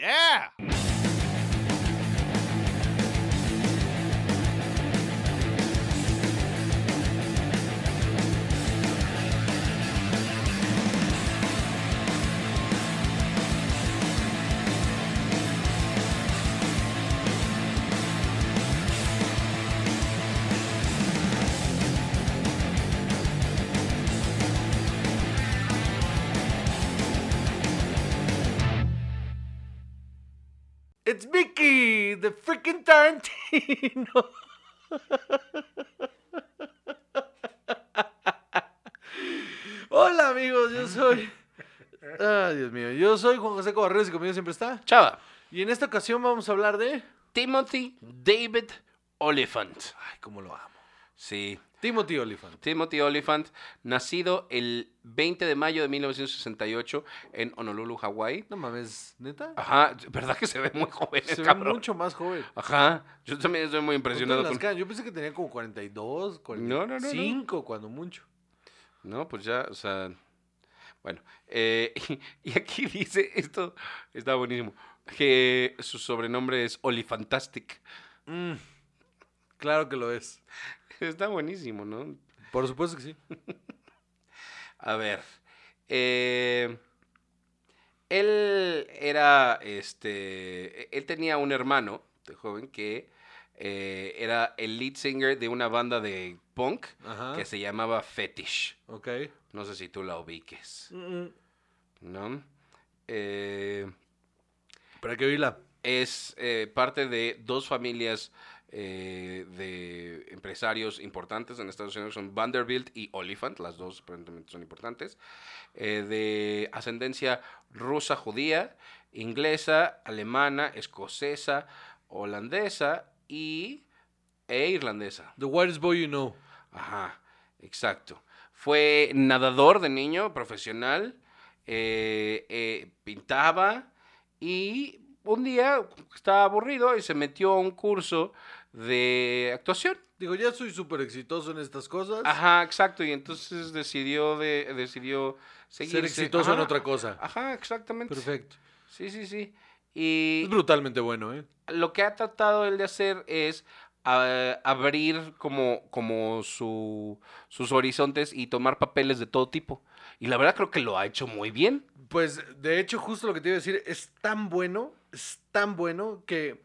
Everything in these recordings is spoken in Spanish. Yeah. It's Mickey, the freaking Tarantino. Hola amigos, yo soy... Ay, Dios mío, yo soy Juan José Cobarrios y conmigo siempre está. Chava. Y en esta ocasión vamos a hablar de... Timothy David Oliphant. Ay, cómo lo amo. Sí. Timothy Oliphant. Timothy Oliphant, nacido el 20 de mayo de 1968 en Honolulu, Hawái. No mames, ¿neta? Ajá, ¿verdad que se ve muy joven, Se ve Ah, cabrón? mucho más joven. Ajá, yo también estoy muy impresionado Ponte las con... canas. Yo pensé que tenía como 42, No, no, no, no. 45 cuando mucho. No, pues ya, o sea... Bueno, eh, y aquí dice, esto está buenísimo, que su sobrenombre es Olifantastic. Mm, claro que lo es. Está buenísimo, ¿no? Por supuesto que sí. A ver. eh, él era. Este. Él tenía un hermano de joven que eh, era el lead singer de una banda de punk Ajá. que se llamaba Fetish. Ok. No sé si tú la ubiques. Mm, mm. ¿No? Eh, Pero hay que oírla. es eh, parte de dos familias eh, de empresarios importantes en Estados Unidos, son Vanderbilt y Oliphant, las dos aparentemente son importantes, eh, de ascendencia rusa, judía, inglesa, alemana, escocesa, holandesa y, e irlandesa. The Whitest Boy You Know. Ajá, exacto. Fue nadador de niño, profesional, eh, eh, pintaba y un día estaba aburrido y se metió a un curso de actuación. Digo, ya soy súper exitoso en estas cosas. Ajá, exacto. Y entonces decidió, de, decidió seguir. ser exitoso en otra cosa. Ajá, exactamente. Perfecto. Pues Sí, sí, sí. Es Y brutalmente bueno, ¿eh? lo que ha tratado él de hacer es ah, abrir como, como su- sus horizontes y tomar papeles de todo tipo. Y la verdad creo que lo ha hecho muy bien. Pues, de hecho, justo lo que te iba a decir, es tan bueno, es tan bueno que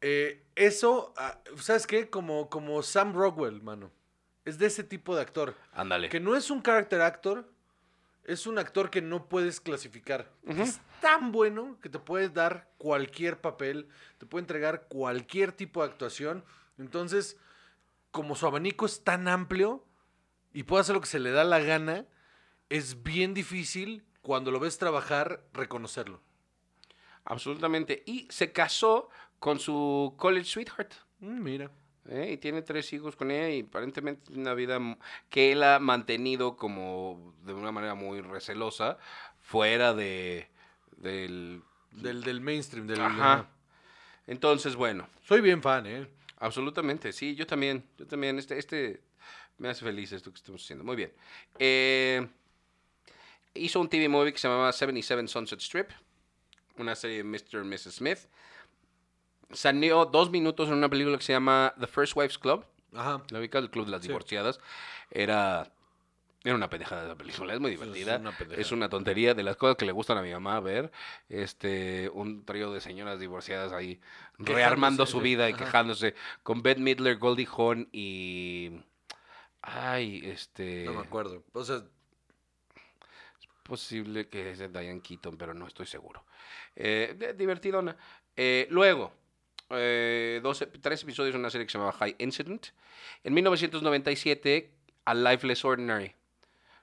eh, eso, ah, ¿sabes qué? Como, como Sam Rockwell, mano. Es de ese tipo de actor. Ándale. Que no es un character actor, es un actor que no puedes clasificar. Es tan bueno que te puede dar cualquier papel, te puede entregar cualquier tipo de actuación. Entonces, como su abanico es tan amplio y puede hacer lo que se le da la gana, es bien difícil cuando lo ves trabajar reconocerlo. Absolutamente. Y se casó con su college sweetheart. mira. ¿eh? Y tiene tres hijos con ella y aparentemente tiene una vida m- que él ha mantenido como de una manera muy recelosa fuera de... del... Del, del mainstream, del... Ajá. Entonces, bueno, Soy bien fan, ¿eh? Absolutamente, sí, yo también, yo también, este, este me hace feliz esto que estamos haciendo. Muy bien. Eh, hizo un TV movie que se llamaba 77 Sunset Strip, una serie de Mr. y Mrs. Smith. Salió dos minutos en una película que se llama The First Wives Club, Ajá. la ubica el club de las Sí. divorciadas. Era, era una pendejada la película, es muy Es divertida. una pendejada. Es una tontería de las cosas que le gustan a mi mamá ver. Este, un trío de señoras divorciadas ahí Quejándose, rearmando su sí, vida y ajá. quejándose con Beth Midler, Goldie Hawn y ay, este No me acuerdo. O sea, posible que es de Diane Keaton, pero no estoy seguro. Eh, de- divertidona. Eh, luego, eh, dos ep- tres episodios de una serie que se llamaba High Incident. En 1997, A Life Less Ordinary.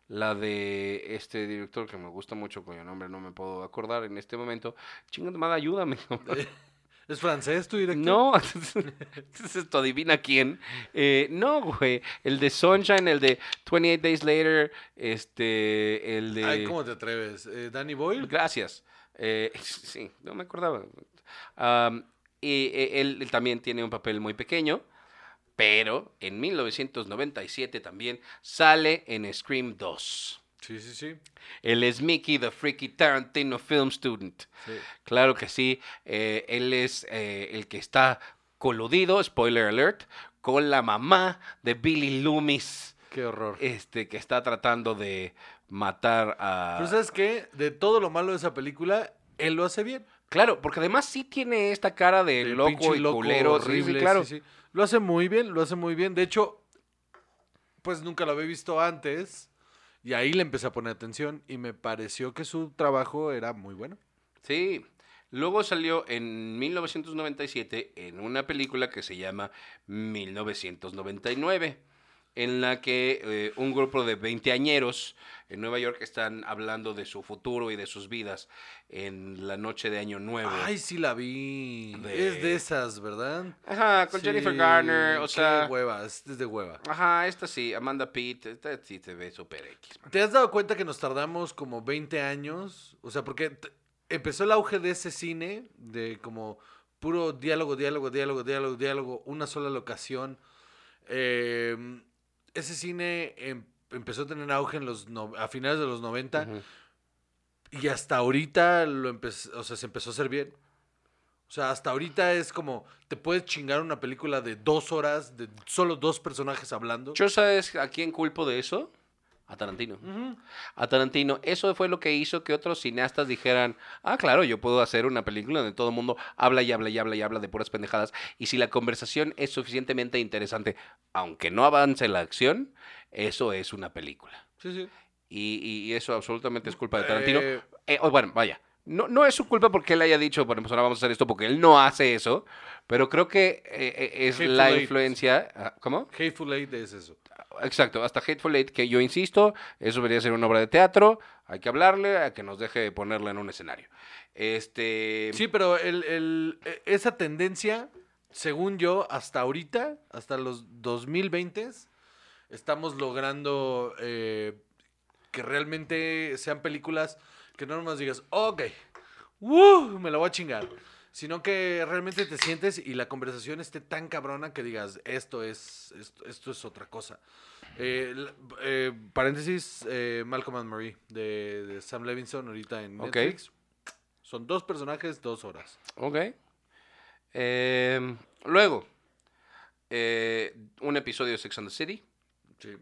La de este director que me gusta mucho, cuyo nombre no me puedo acordar en este momento. Chingada madre, ayúdame. cabrón. ¿es francés tu director? No, entonces esto adivina quién. Eh, no, güey. El de Sunshine, el de 28 Days Later, este, el de... Ay, ¿cómo te atreves? Eh, ¿Danny Boyle? Gracias. Eh, sí, no me acordaba. Am, y eh, él, él también tiene un papel muy pequeño, pero en 1997 también sale en Scream 2. Sí, sí, sí. Él es Mickey, the Freaky Tarantino Film Student. Sí. Claro que sí. eh, él es eh, el que está coludido, spoiler alert, con la mamá de Billy Loomis, Qué horror. este, que está tratando de matar a... Pero ¿sabes qué? De todo lo malo de esa película, él lo hace bien. Claro, porque además sí tiene esta cara de El loco pinche y culero. sí, sí, horrible, claro. sí, sí. Lo hace muy bien, lo hace muy bien. De hecho, pues nunca lo había visto antes. Y ahí le empecé a poner atención y me pareció que su trabajo era muy bueno. Sí. Luego salió en 1997 en una película que se llama 1999, en la que eh, un grupo de veinteañeros en Nueva York están hablando de su futuro y de sus vidas en la noche de Año Nuevo. Ay, sí la vi. De- Es de esas, ¿verdad? Ajá, con Sí, Jennifer Garner, o qué sea... hueva, es de hueva. Ajá, esta sí, Amanda Pitt, esta sí te ve super X. man. ¿Te has dado cuenta que nos tardamos como 20 años? O sea, porque t- empezó el auge de ese cine, de como puro diálogo, diálogo, diálogo, diálogo, diálogo, una sola locación. Eh, ese cine em- empezó a tener auge en los no- a finales de los 90 Ujú. y hasta ahorita lo empe- o sea, se empezó a hacer bien. O sea, hasta ahorita es como, te puedes chingar una película de dos horas, de solo dos personajes hablando. Yo sabes a quién culpo de eso? A Tarantino. Ujú. a Tarantino. Eso fue lo que hizo que otros cineastas dijeran, ah, claro, yo puedo hacer una película donde todo el mundo habla y habla y habla y habla de puras pendejadas. Y si la conversación es suficientemente interesante, aunque no avance la acción, eso es una película. Sí, sí. Y, y- y eso absolutamente es culpa de Tarantino. Eh, Eh, oh, bueno, vaya. No, no es su culpa porque él haya dicho, bueno, pues ahora vamos a hacer esto, porque él no hace eso, pero creo que eh, eh, es Hateful la Eight. influencia... ah, ¿Cómo? Hateful Eight es eso. Exacto, hasta Hateful Eight, que yo insisto, eso debería ser una obra de teatro, hay que hablarle, a que nos deje ponerla en un escenario. Este... Sí, pero el, el- e- esa tendencia, según yo, hasta ahorita, hasta los 2020, estamos logrando eh, que realmente sean películas que no nomás digas, ok, ¡woo! me la voy a chingar, sino que realmente te sientes y la conversación esté tan cabrona que digas, esto es, esto, esto es otra cosa. Eh, la- eh, paréntesis, eh, Malcolm and Marie de, de Sam Levinson ahorita en Ok. Netflix. Son dos personajes, dos horas. Ok. Em, luego, eh, un episodio de Sex and the City. Sí.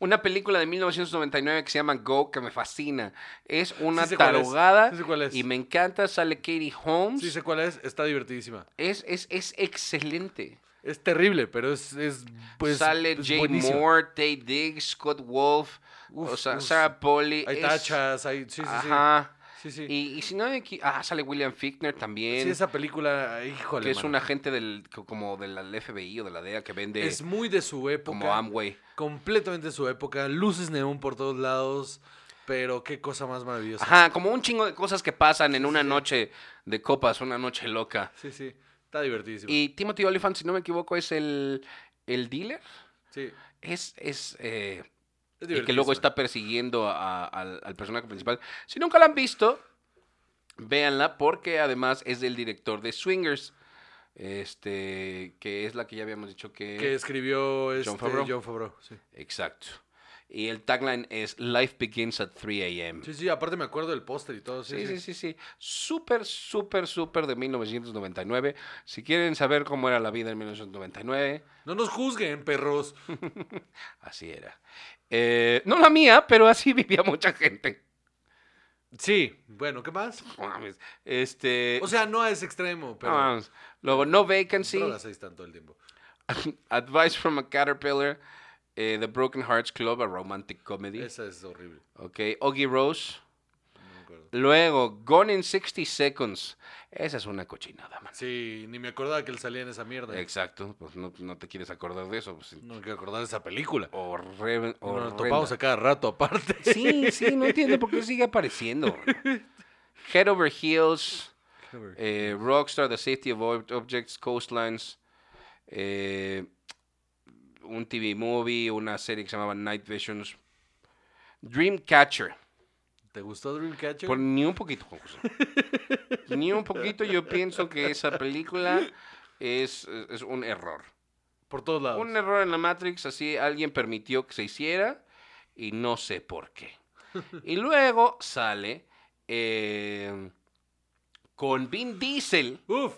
Una película de 1999 que se llama Go, que me fascina. Es una Sí sé cuál es, tarugada sí sé cuál es. y me encanta. Sale Katie Holmes. Sí sé cuál es, está divertidísima. es, es, es excelente. Es terrible, pero es, es pues Sale es Jay buenísimo. Moore, Tate Diggs, Scott Wolf, Uf, o sea, uf. Sarah Polly. Hay es- tachas, hay sí sí Ajá. sí. Sí, sí. Y, y si no me equi- ah, sale William Fickner también, Sí, esa película, híjole, que es mano. un agente del co- como del FBI o de la DEA que vende es muy de su época. como Amway. completamente de su época, luces neón por todos lados, pero qué cosa más maravillosa. Ajá, como un chingo de cosas que pasan en una noche de copas, una noche loca. Sí, sí, está divertidísimo. Y Timothy Oliphant, si no me equivoco, es el, el dealer. sí, Es, es eh, es el que divertidísima. luego está persiguiendo a- al, al personaje principal. Si nunca la han visto, véanla porque además es del director de Swingers, este, que es la que ya habíamos dicho que... que escribió este, eh, Favreau. John Favreau. Sí. Exacto. Y el tagline es Life begins at 3 a.m. sí, sí, aparte me acuerdo del póster y todo. Sí, sí, sí, sí. Súper, súper, súper de 1999. Si quieren saber cómo era la vida en 1999, No nos juzguen, perros. así era. Eh, no la mía, pero así vivía mucha gente. Sí, bueno, ¿qué más? No mames. Este. O sea, no es extremo, no pero mames. Luego, No Vacancy, drogas ahí están todo el tiempo. Advice from a Caterpillar, eh, The Broken Hearts Club, a romantic comedy. Esa es horrible. Ok, Oggy Rose. No me acuerdo. Luego, Gone in 60 Seconds. Esa es una cochinada, man. Sí, ni me acordaba que él salía en esa mierda. Exacto, pues no, no te quieres acordar de eso. Pues, No me quiero acordar de esa película. horre- No, nos horrenda. topamos a cada rato aparte. Sí, sí, no entiendo por qué sigue apareciendo. Head Over Heels, eh, Rockstar, The Safety of Ob- Objects, Coastlines, eh, un TV movie, una serie que se llamaba Night Visions, Dreamcatcher. ¿Te gustó Dreamcatcher? Por ni un poquito, Juan José. Ni un poquito yo pienso que esa película es, es un error. Por todos lados. Un error en la Matrix, así alguien permitió que se hiciera y no sé por qué. Y luego sale eh, con Vin Diesel Uf.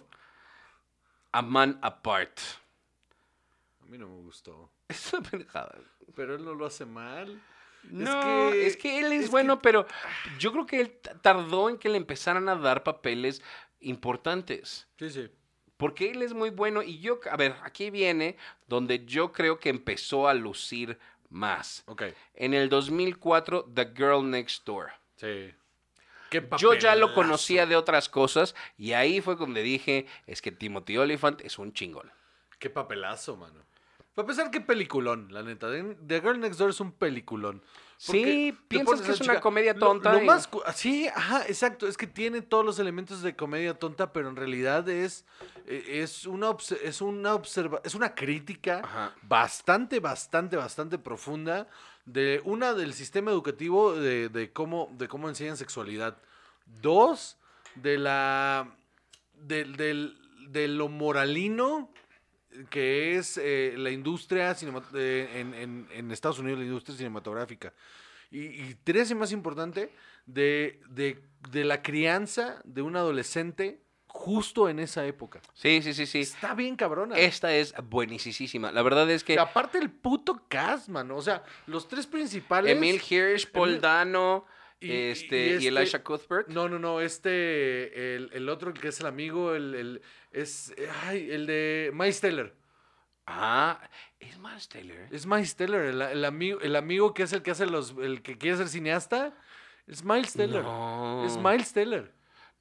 a Man Apart. A mí no me gustó. Es una pendejada. Pero él no lo hace mal. No, es que, que- él es, es que- bueno, pero yo creo que él t- tardó en que le empezaran a dar papeles importantes. Sí, sí. Porque él es muy bueno y yo, a ver, aquí viene donde yo creo que empezó a lucir más. Ok. En el 2004, The Girl Next Door. Sí. ¿Qué Yo ya lo papelazo. conocía de otras cosas y ahí fue donde dije, es que Timothy Oliphant es un chingón. Qué papelazo, mano. Para empezar, qué peliculón, la neta. The The Girl Next Door es un peliculón. Porque Sí, te piensas pones que a es la una comedia lo- tonta lo y- más cu- ah, sí, ajá, exacto. Es que tiene todos los elementos de comedia tonta, pero en realidad es, eh, es una obs- es una observa es una crítica Ajá. bastante, bastante, bastante profunda de una del sistema educativo de, de cómo de cómo enseñan sexualidad. Dos, de la del- del- de lo moralino que es eh, la industria cinema- eh, en, en- en Estados Unidos, la industria cinematográfica. Y, y tres, y más importante, de, de- de la crianza de un adolescente justo en esa época. Sí, sí, sí, sí. Está bien cabrona. Esta es buenísima. La verdad es Y que aparte el puto cast, mano. O sea, los tres principales... Emil Hirsch, Paul Emil- Dano y- y- este, y, y este- Elisha Cuthbert. No, no, no, este, el, el otro que es el amigo, el, el- es, ay, el de Miles Teller. Ah, es Miles Taylor. Es Miles Teller, el, el amigo, el amigo que es el que hace los, el que quiere ser cineasta, es Miles Teller. No. Es Miles Teller.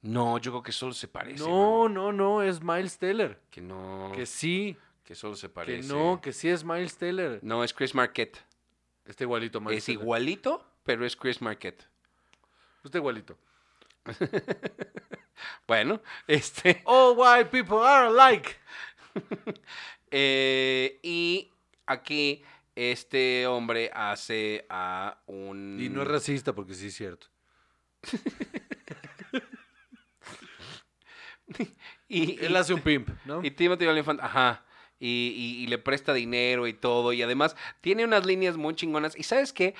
No, yo creo que solo se parece. No, no, mano. no, es Miles Teller. Que no. Que Que, sí, solo se que parece. no, que sí es Miles Teller. No, es Chris Marquette. Está igualito, Miles es Teller. igualito, pero es Chris Marquette. Está igualito. Bueno, este. All white people are alike. eh, y aquí este hombre hace a un. Y no es racista porque sí es cierto. y- y- Él hace un pimp, ¿no? Y Timothy Olyphant, ajá. Y, y- y le presta dinero y todo. Y además tiene unas líneas muy chingonas. Y sabes qué?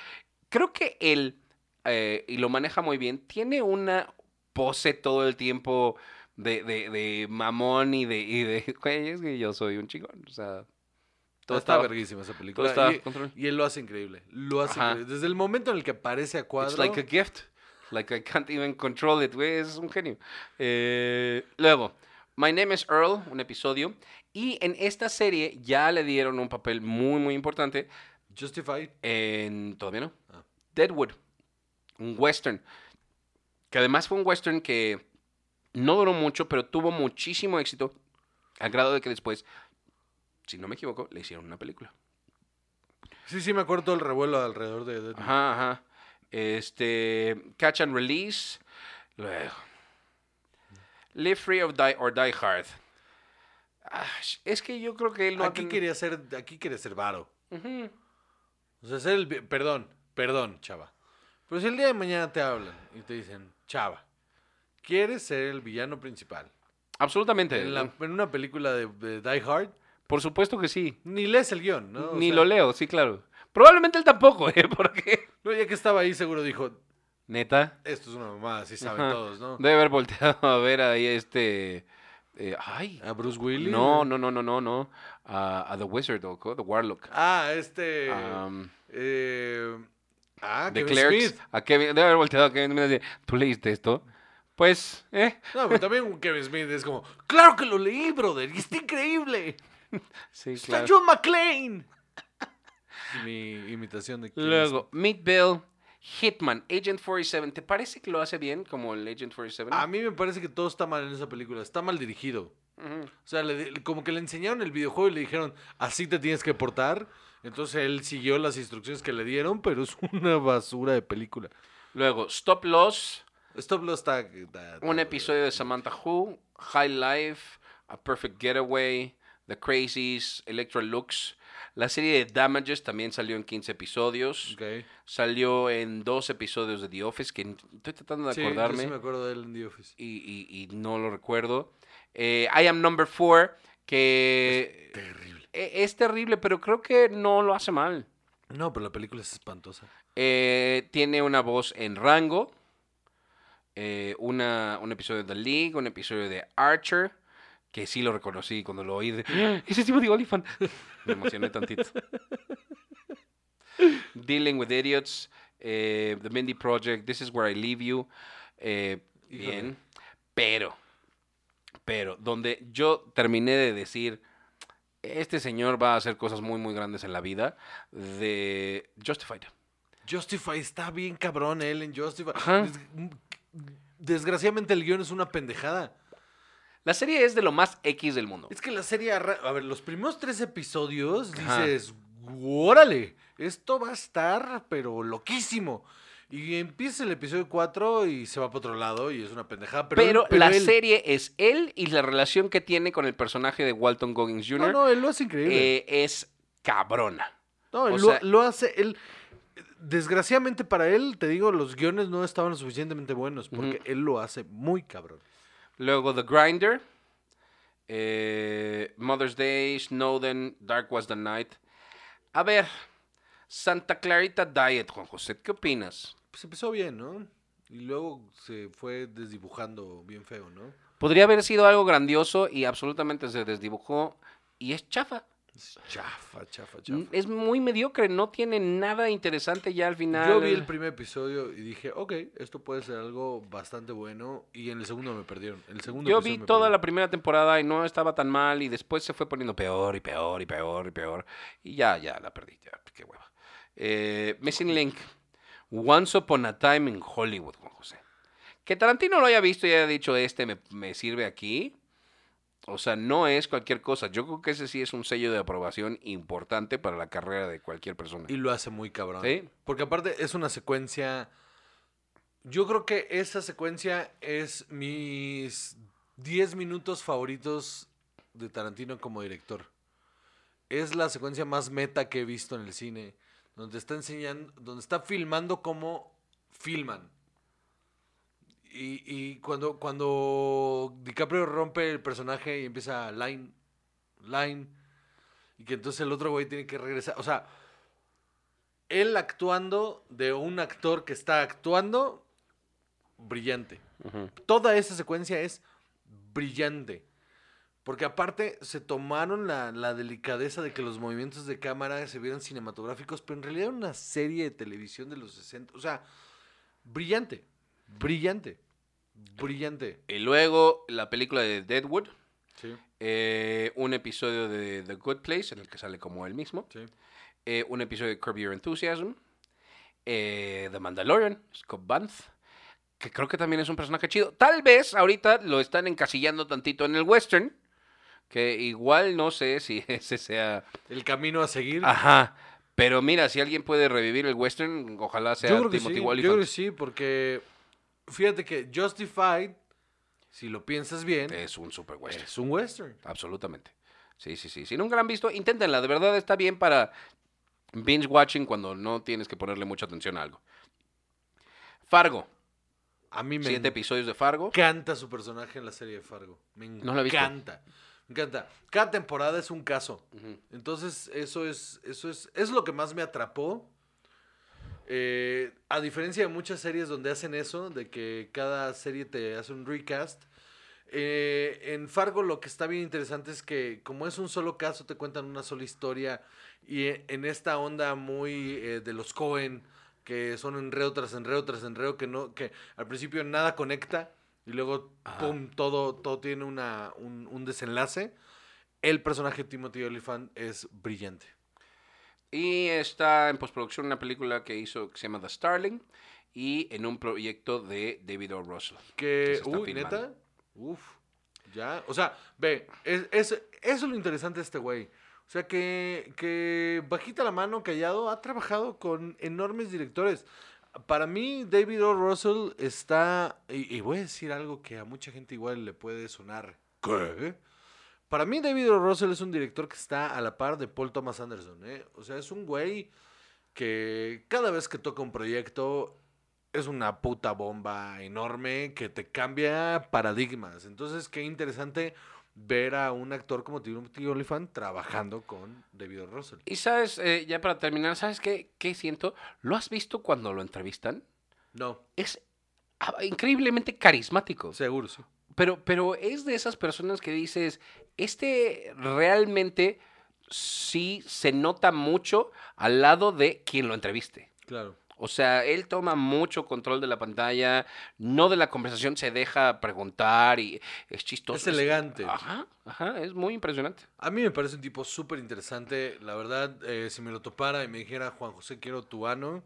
Creo que él, eh, y lo maneja muy bien, tiene una pose todo el tiempo de, de- de mamón y de, y de, güey, es que yo soy un chingón. O sea, todo Todo está estaba- verguísima esa todo película. estaba bajo y, control. y él lo hace increíble. Lo hace Ajá. increíble. Desde el momento en el que aparece a cuadro. It's like a gift. Like I can't even control it, güey. Es un genio. Eh, luego, My Name is Earl, un episodio. Y en esta serie ya le dieron un papel muy, muy importante. Justified. En. Todavía no. Ah. Deadwood. Un western. Que además fue un western que no duró mucho, pero tuvo muchísimo éxito. Al grado de que después, si no me equivoco, le hicieron una película. Sí, sí, me acuerdo todo el revuelo alrededor de Deadwood. Ajá, ajá. Este. Catch and Release. Luego. Live Free or Die, or die Hard. Ah, es que yo creo que él no ha aquí teni- quería ser, aquí quería ser varo. Ujú. O sea, ser el, vi- perdón, perdón, chava. Pero si el día de mañana te hablan y te dicen, chava, ¿quieres ser el villano principal? Absolutamente. En, la- en una película de, de Die Hard, Por supuesto que sí. ni lees el guión, ¿no? O Ni sea, lo leo, sí, claro. Probablemente él tampoco, ¿eh? Porque. no, ya que estaba ahí, seguro dijo, Neta. esto es una mamada, así saben Ajá. todos, ¿no? Debe haber volteado a ver ahí este. eh, ay. ¿A Bruce Willis? No, no, no, no, no, no. A, a The Wizard, loco, The Warlock. Ah, este... Um, eh, ah, The Kevin Clerks. Smith. A Kevin. Debe haber volteado a Kevin Smith y decir, ¿tú leíste esto? Pues, ¿eh? No, pero también Kevin Smith es como, claro que lo leí, brother, y está increíble. Sí, Está claro. John McClane. Mi imitación de Kevin Luego, Meet Bill, Hitman, Agent 47. ¿Te parece que lo hace bien como el Agent 47? A mí me parece que todo está mal en esa película. Está mal dirigido. Ujú. O sea, le di- como que le enseñaron el videojuego y le dijeron, así te tienes que portar. Entonces él siguió las instrucciones que le dieron, pero es una basura de película. Luego, Stop Loss. Stop Loss está... está- Un está- episodio de Samantha Who, High Life, A Perfect Getaway, The Crazies, Electro Lux. La serie de Damages también salió en 15 episodios. Ok. Salió en dos episodios de The Office, que n- estoy tratando de Sí, acordarme yo sí me acuerdo de él en The Office. y, y- y no lo recuerdo. Eh, I Am Number Four, que Terrible. e- es terrible, pero creo que no lo hace mal. No, pero la película es espantosa. Eh, tiene una voz en Rango, eh, una, un episodio de The League, un episodio de Archer, que sí lo reconocí cuando lo oí. de, "Ah, Ese tipo de Oliphant. Me emocioné tantito. Dealing with Idiots, eh, The Mindy Project, This is Where I Leave You. eh, Híjole. bien. Pero, pero, donde yo terminé de decir, este señor va a hacer cosas muy, muy grandes en la vida, de Justified. Justify está bien cabrón él en Justify. Ajá. Des- mm, desgraciadamente el guión es una pendejada. La serie es de lo más X del mundo. Es que la serie, arra- a ver, los primeros tres episodios Ajá. dices, órale, esto va a estar, pero loquísimo. Y empieza el episodio 4 y se va para otro lado y es una pendejada. Pero, Pero, él- pero la él- serie es él y la relación que tiene con el personaje de Walton Goggins Jr. No, no, él lo hace increíble. eh, es cabrona. no, o él lo, sea- lo hace, él... Desgraciadamente para él, te digo, los guiones no estaban lo suficientemente buenos porque Ujú. él lo hace muy cabrón. Luego The Grinder, eh, Mother's Day, Snowden, Dark Was the Night. A ver, Santa Clarita Diet, Juan José, ¿qué opinas? Pues empezó bien, ¿no? Y luego se fue desdibujando bien feo, ¿no? Podría haber sido algo grandioso y absolutamente se desdibujó y es chafa. Chafa, chafa, chafa. Es muy mediocre, no tiene nada interesante ya al final. Yo vi el primer episodio y dije, ok, esto puede ser algo bastante bueno. Y en el segundo me perdieron. El segundo Yo episodio vi me toda la perdieron. primera temporada y no estaba tan mal y después se fue poniendo peor y peor y peor y peor. Y ya, ya, la perdí, ya, qué hueva. Eh, Missing Link, Once Upon a Time in Hollywood, Juan José. Que Tarantino lo haya visto y haya dicho, este me, me sirve aquí. O sea, no es cualquier cosa. Yo creo que ese sí es un sello de aprobación importante para la carrera de cualquier persona. Y lo hace muy cabrón. Sí. Porque aparte es una secuencia... Yo creo que esa secuencia es mis 10 minutos favoritos de Tarantino como director. Es la secuencia más meta que he visto en el cine. Donde está enseñando, donde está filmando cómo filman. Y, y cuando, cuando DiCaprio rompe el personaje y empieza line, line, y que entonces el otro güey tiene que regresar. O sea, él actuando de un actor que está actuando, brillante. Ujú. Toda esa secuencia es brillante. Porque aparte se tomaron la, la delicadeza de que los movimientos de cámara se vieran cinematográficos, pero en realidad era una serie de televisión de los 60. O sea, brillante, brillante, brillante. Y luego la película de Deadwood, Sí, eh, un episodio de The Good Place, en el que sale como él mismo. sí. eh, un episodio de Curb Your Enthusiasm, eh, The Mandalorian, Scott Banff, que creo que también es un personaje chido. Tal vez ahorita lo están encasillando tantito en el western, que igual no sé si ese sea... El camino a seguir. Ajá, pero mira, si alguien puede revivir el western, ojalá sea yo creo que Timothy sí, Olyphant. Yo creo que sí, porque fíjate que Justified, si lo piensas bien, Es un super western, es un western. absolutamente. Sí, sí, sí. Si nunca la han visto, inténtenla. De verdad está bien para binge watching cuando no tienes que ponerle mucha atención a algo. Fargo. A mí me Siete episodios de Fargo. encanta su personaje en la serie de Fargo. Me No la he visto. encanta. Me encanta. Cada temporada es un caso. Ujú. Entonces, eso es, eso es, es lo que más me atrapó. Eh, a diferencia de muchas series donde hacen eso, de que cada serie te hace un recast. eh, en Fargo lo que está bien interesante es que como es un solo caso, te cuentan una sola historia y e- en esta onda muy eh, de los Cohen, que son enredo tras enredo tras enredo, que, no, que al principio nada conecta y luego, Ajá. ¡pum!, todo, todo tiene una, un, un desenlace. El personaje de Timothy Olyphant es brillante. Y está en postproducción una película que hizo que se llama The Starling y en un proyecto de David O. Russell. Que, se está uy, filmando. neta, uf, ya, o sea, ve, es, es- eso es lo interesante de este güey. O sea, que, que bajita la mano, callado, ha trabajado con enormes directores. Para mí, David O. Russell está, y, y voy a decir algo que a mucha gente igual le puede sonar. ¿Qué? Para mí, David O. Russell es un director que está a la par de Paul Thomas Anderson, ¿eh? O sea, es un güey que cada vez que toca un proyecto es una puta bomba enorme que te cambia paradigmas. Entonces, qué interesante ver a un actor como Timothy Olyphant trabajando con David Russell. Y sabes, eh, ya para terminar, ¿sabes qué, qué siento? ¿Lo has visto cuando lo entrevistan? No, Es ah, increíblemente carismático. seguro, sí. Pero, pero es de esas personas que dices, este realmente sí se nota mucho al lado de quien lo entreviste. Claro. O sea, él toma mucho control de la pantalla, no de la conversación, se deja preguntar y es chistoso. Es Ah, elegante. Ajá, ajá, es muy impresionante. A mí me parece un tipo súper interesante. La verdad, eh, si me lo topara y me dijera, Juan José, quiero tu ano,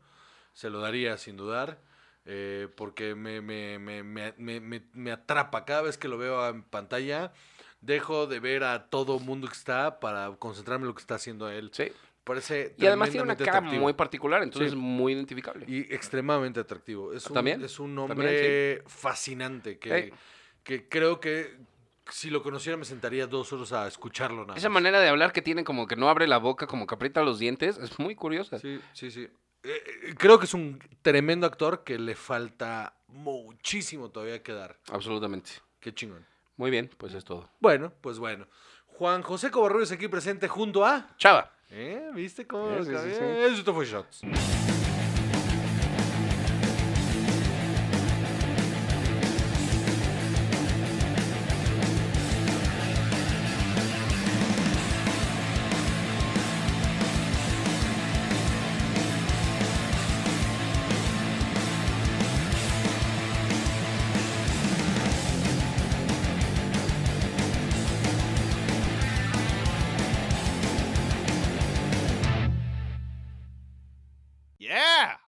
se lo daría sin dudar. eh, porque me, me, me, me, me- me- me atrapa. Cada vez que lo veo en pantalla, dejo de ver a todo mundo que está para concentrarme en lo que está haciendo él. Sí. Parece Y además tiene una tremendamente cara atractivo. muy particular, entonces Sí. es muy identificable. Y extremadamente atractivo. Es un, ¿También? Es un También, hombre fascinante que, Ey. que creo que si lo conociera me sentaría dos horas a escucharlo. Nada Esa más. manera de hablar que tiene como que no abre la boca, como que aprieta los dientes, es muy curiosa. Sí, sí, sí. Eh, eh, creo que es un tremendo actor que le falta muchísimo todavía que dar. Absolutamente. Qué chingón. Muy bien, pues es todo. Bueno, pues bueno. Juan José Covarrubias aquí presente junto a... Chava. ¿Eh? ¿Viste cómo? Sí, sí, sí, sí. Eso fue Shots.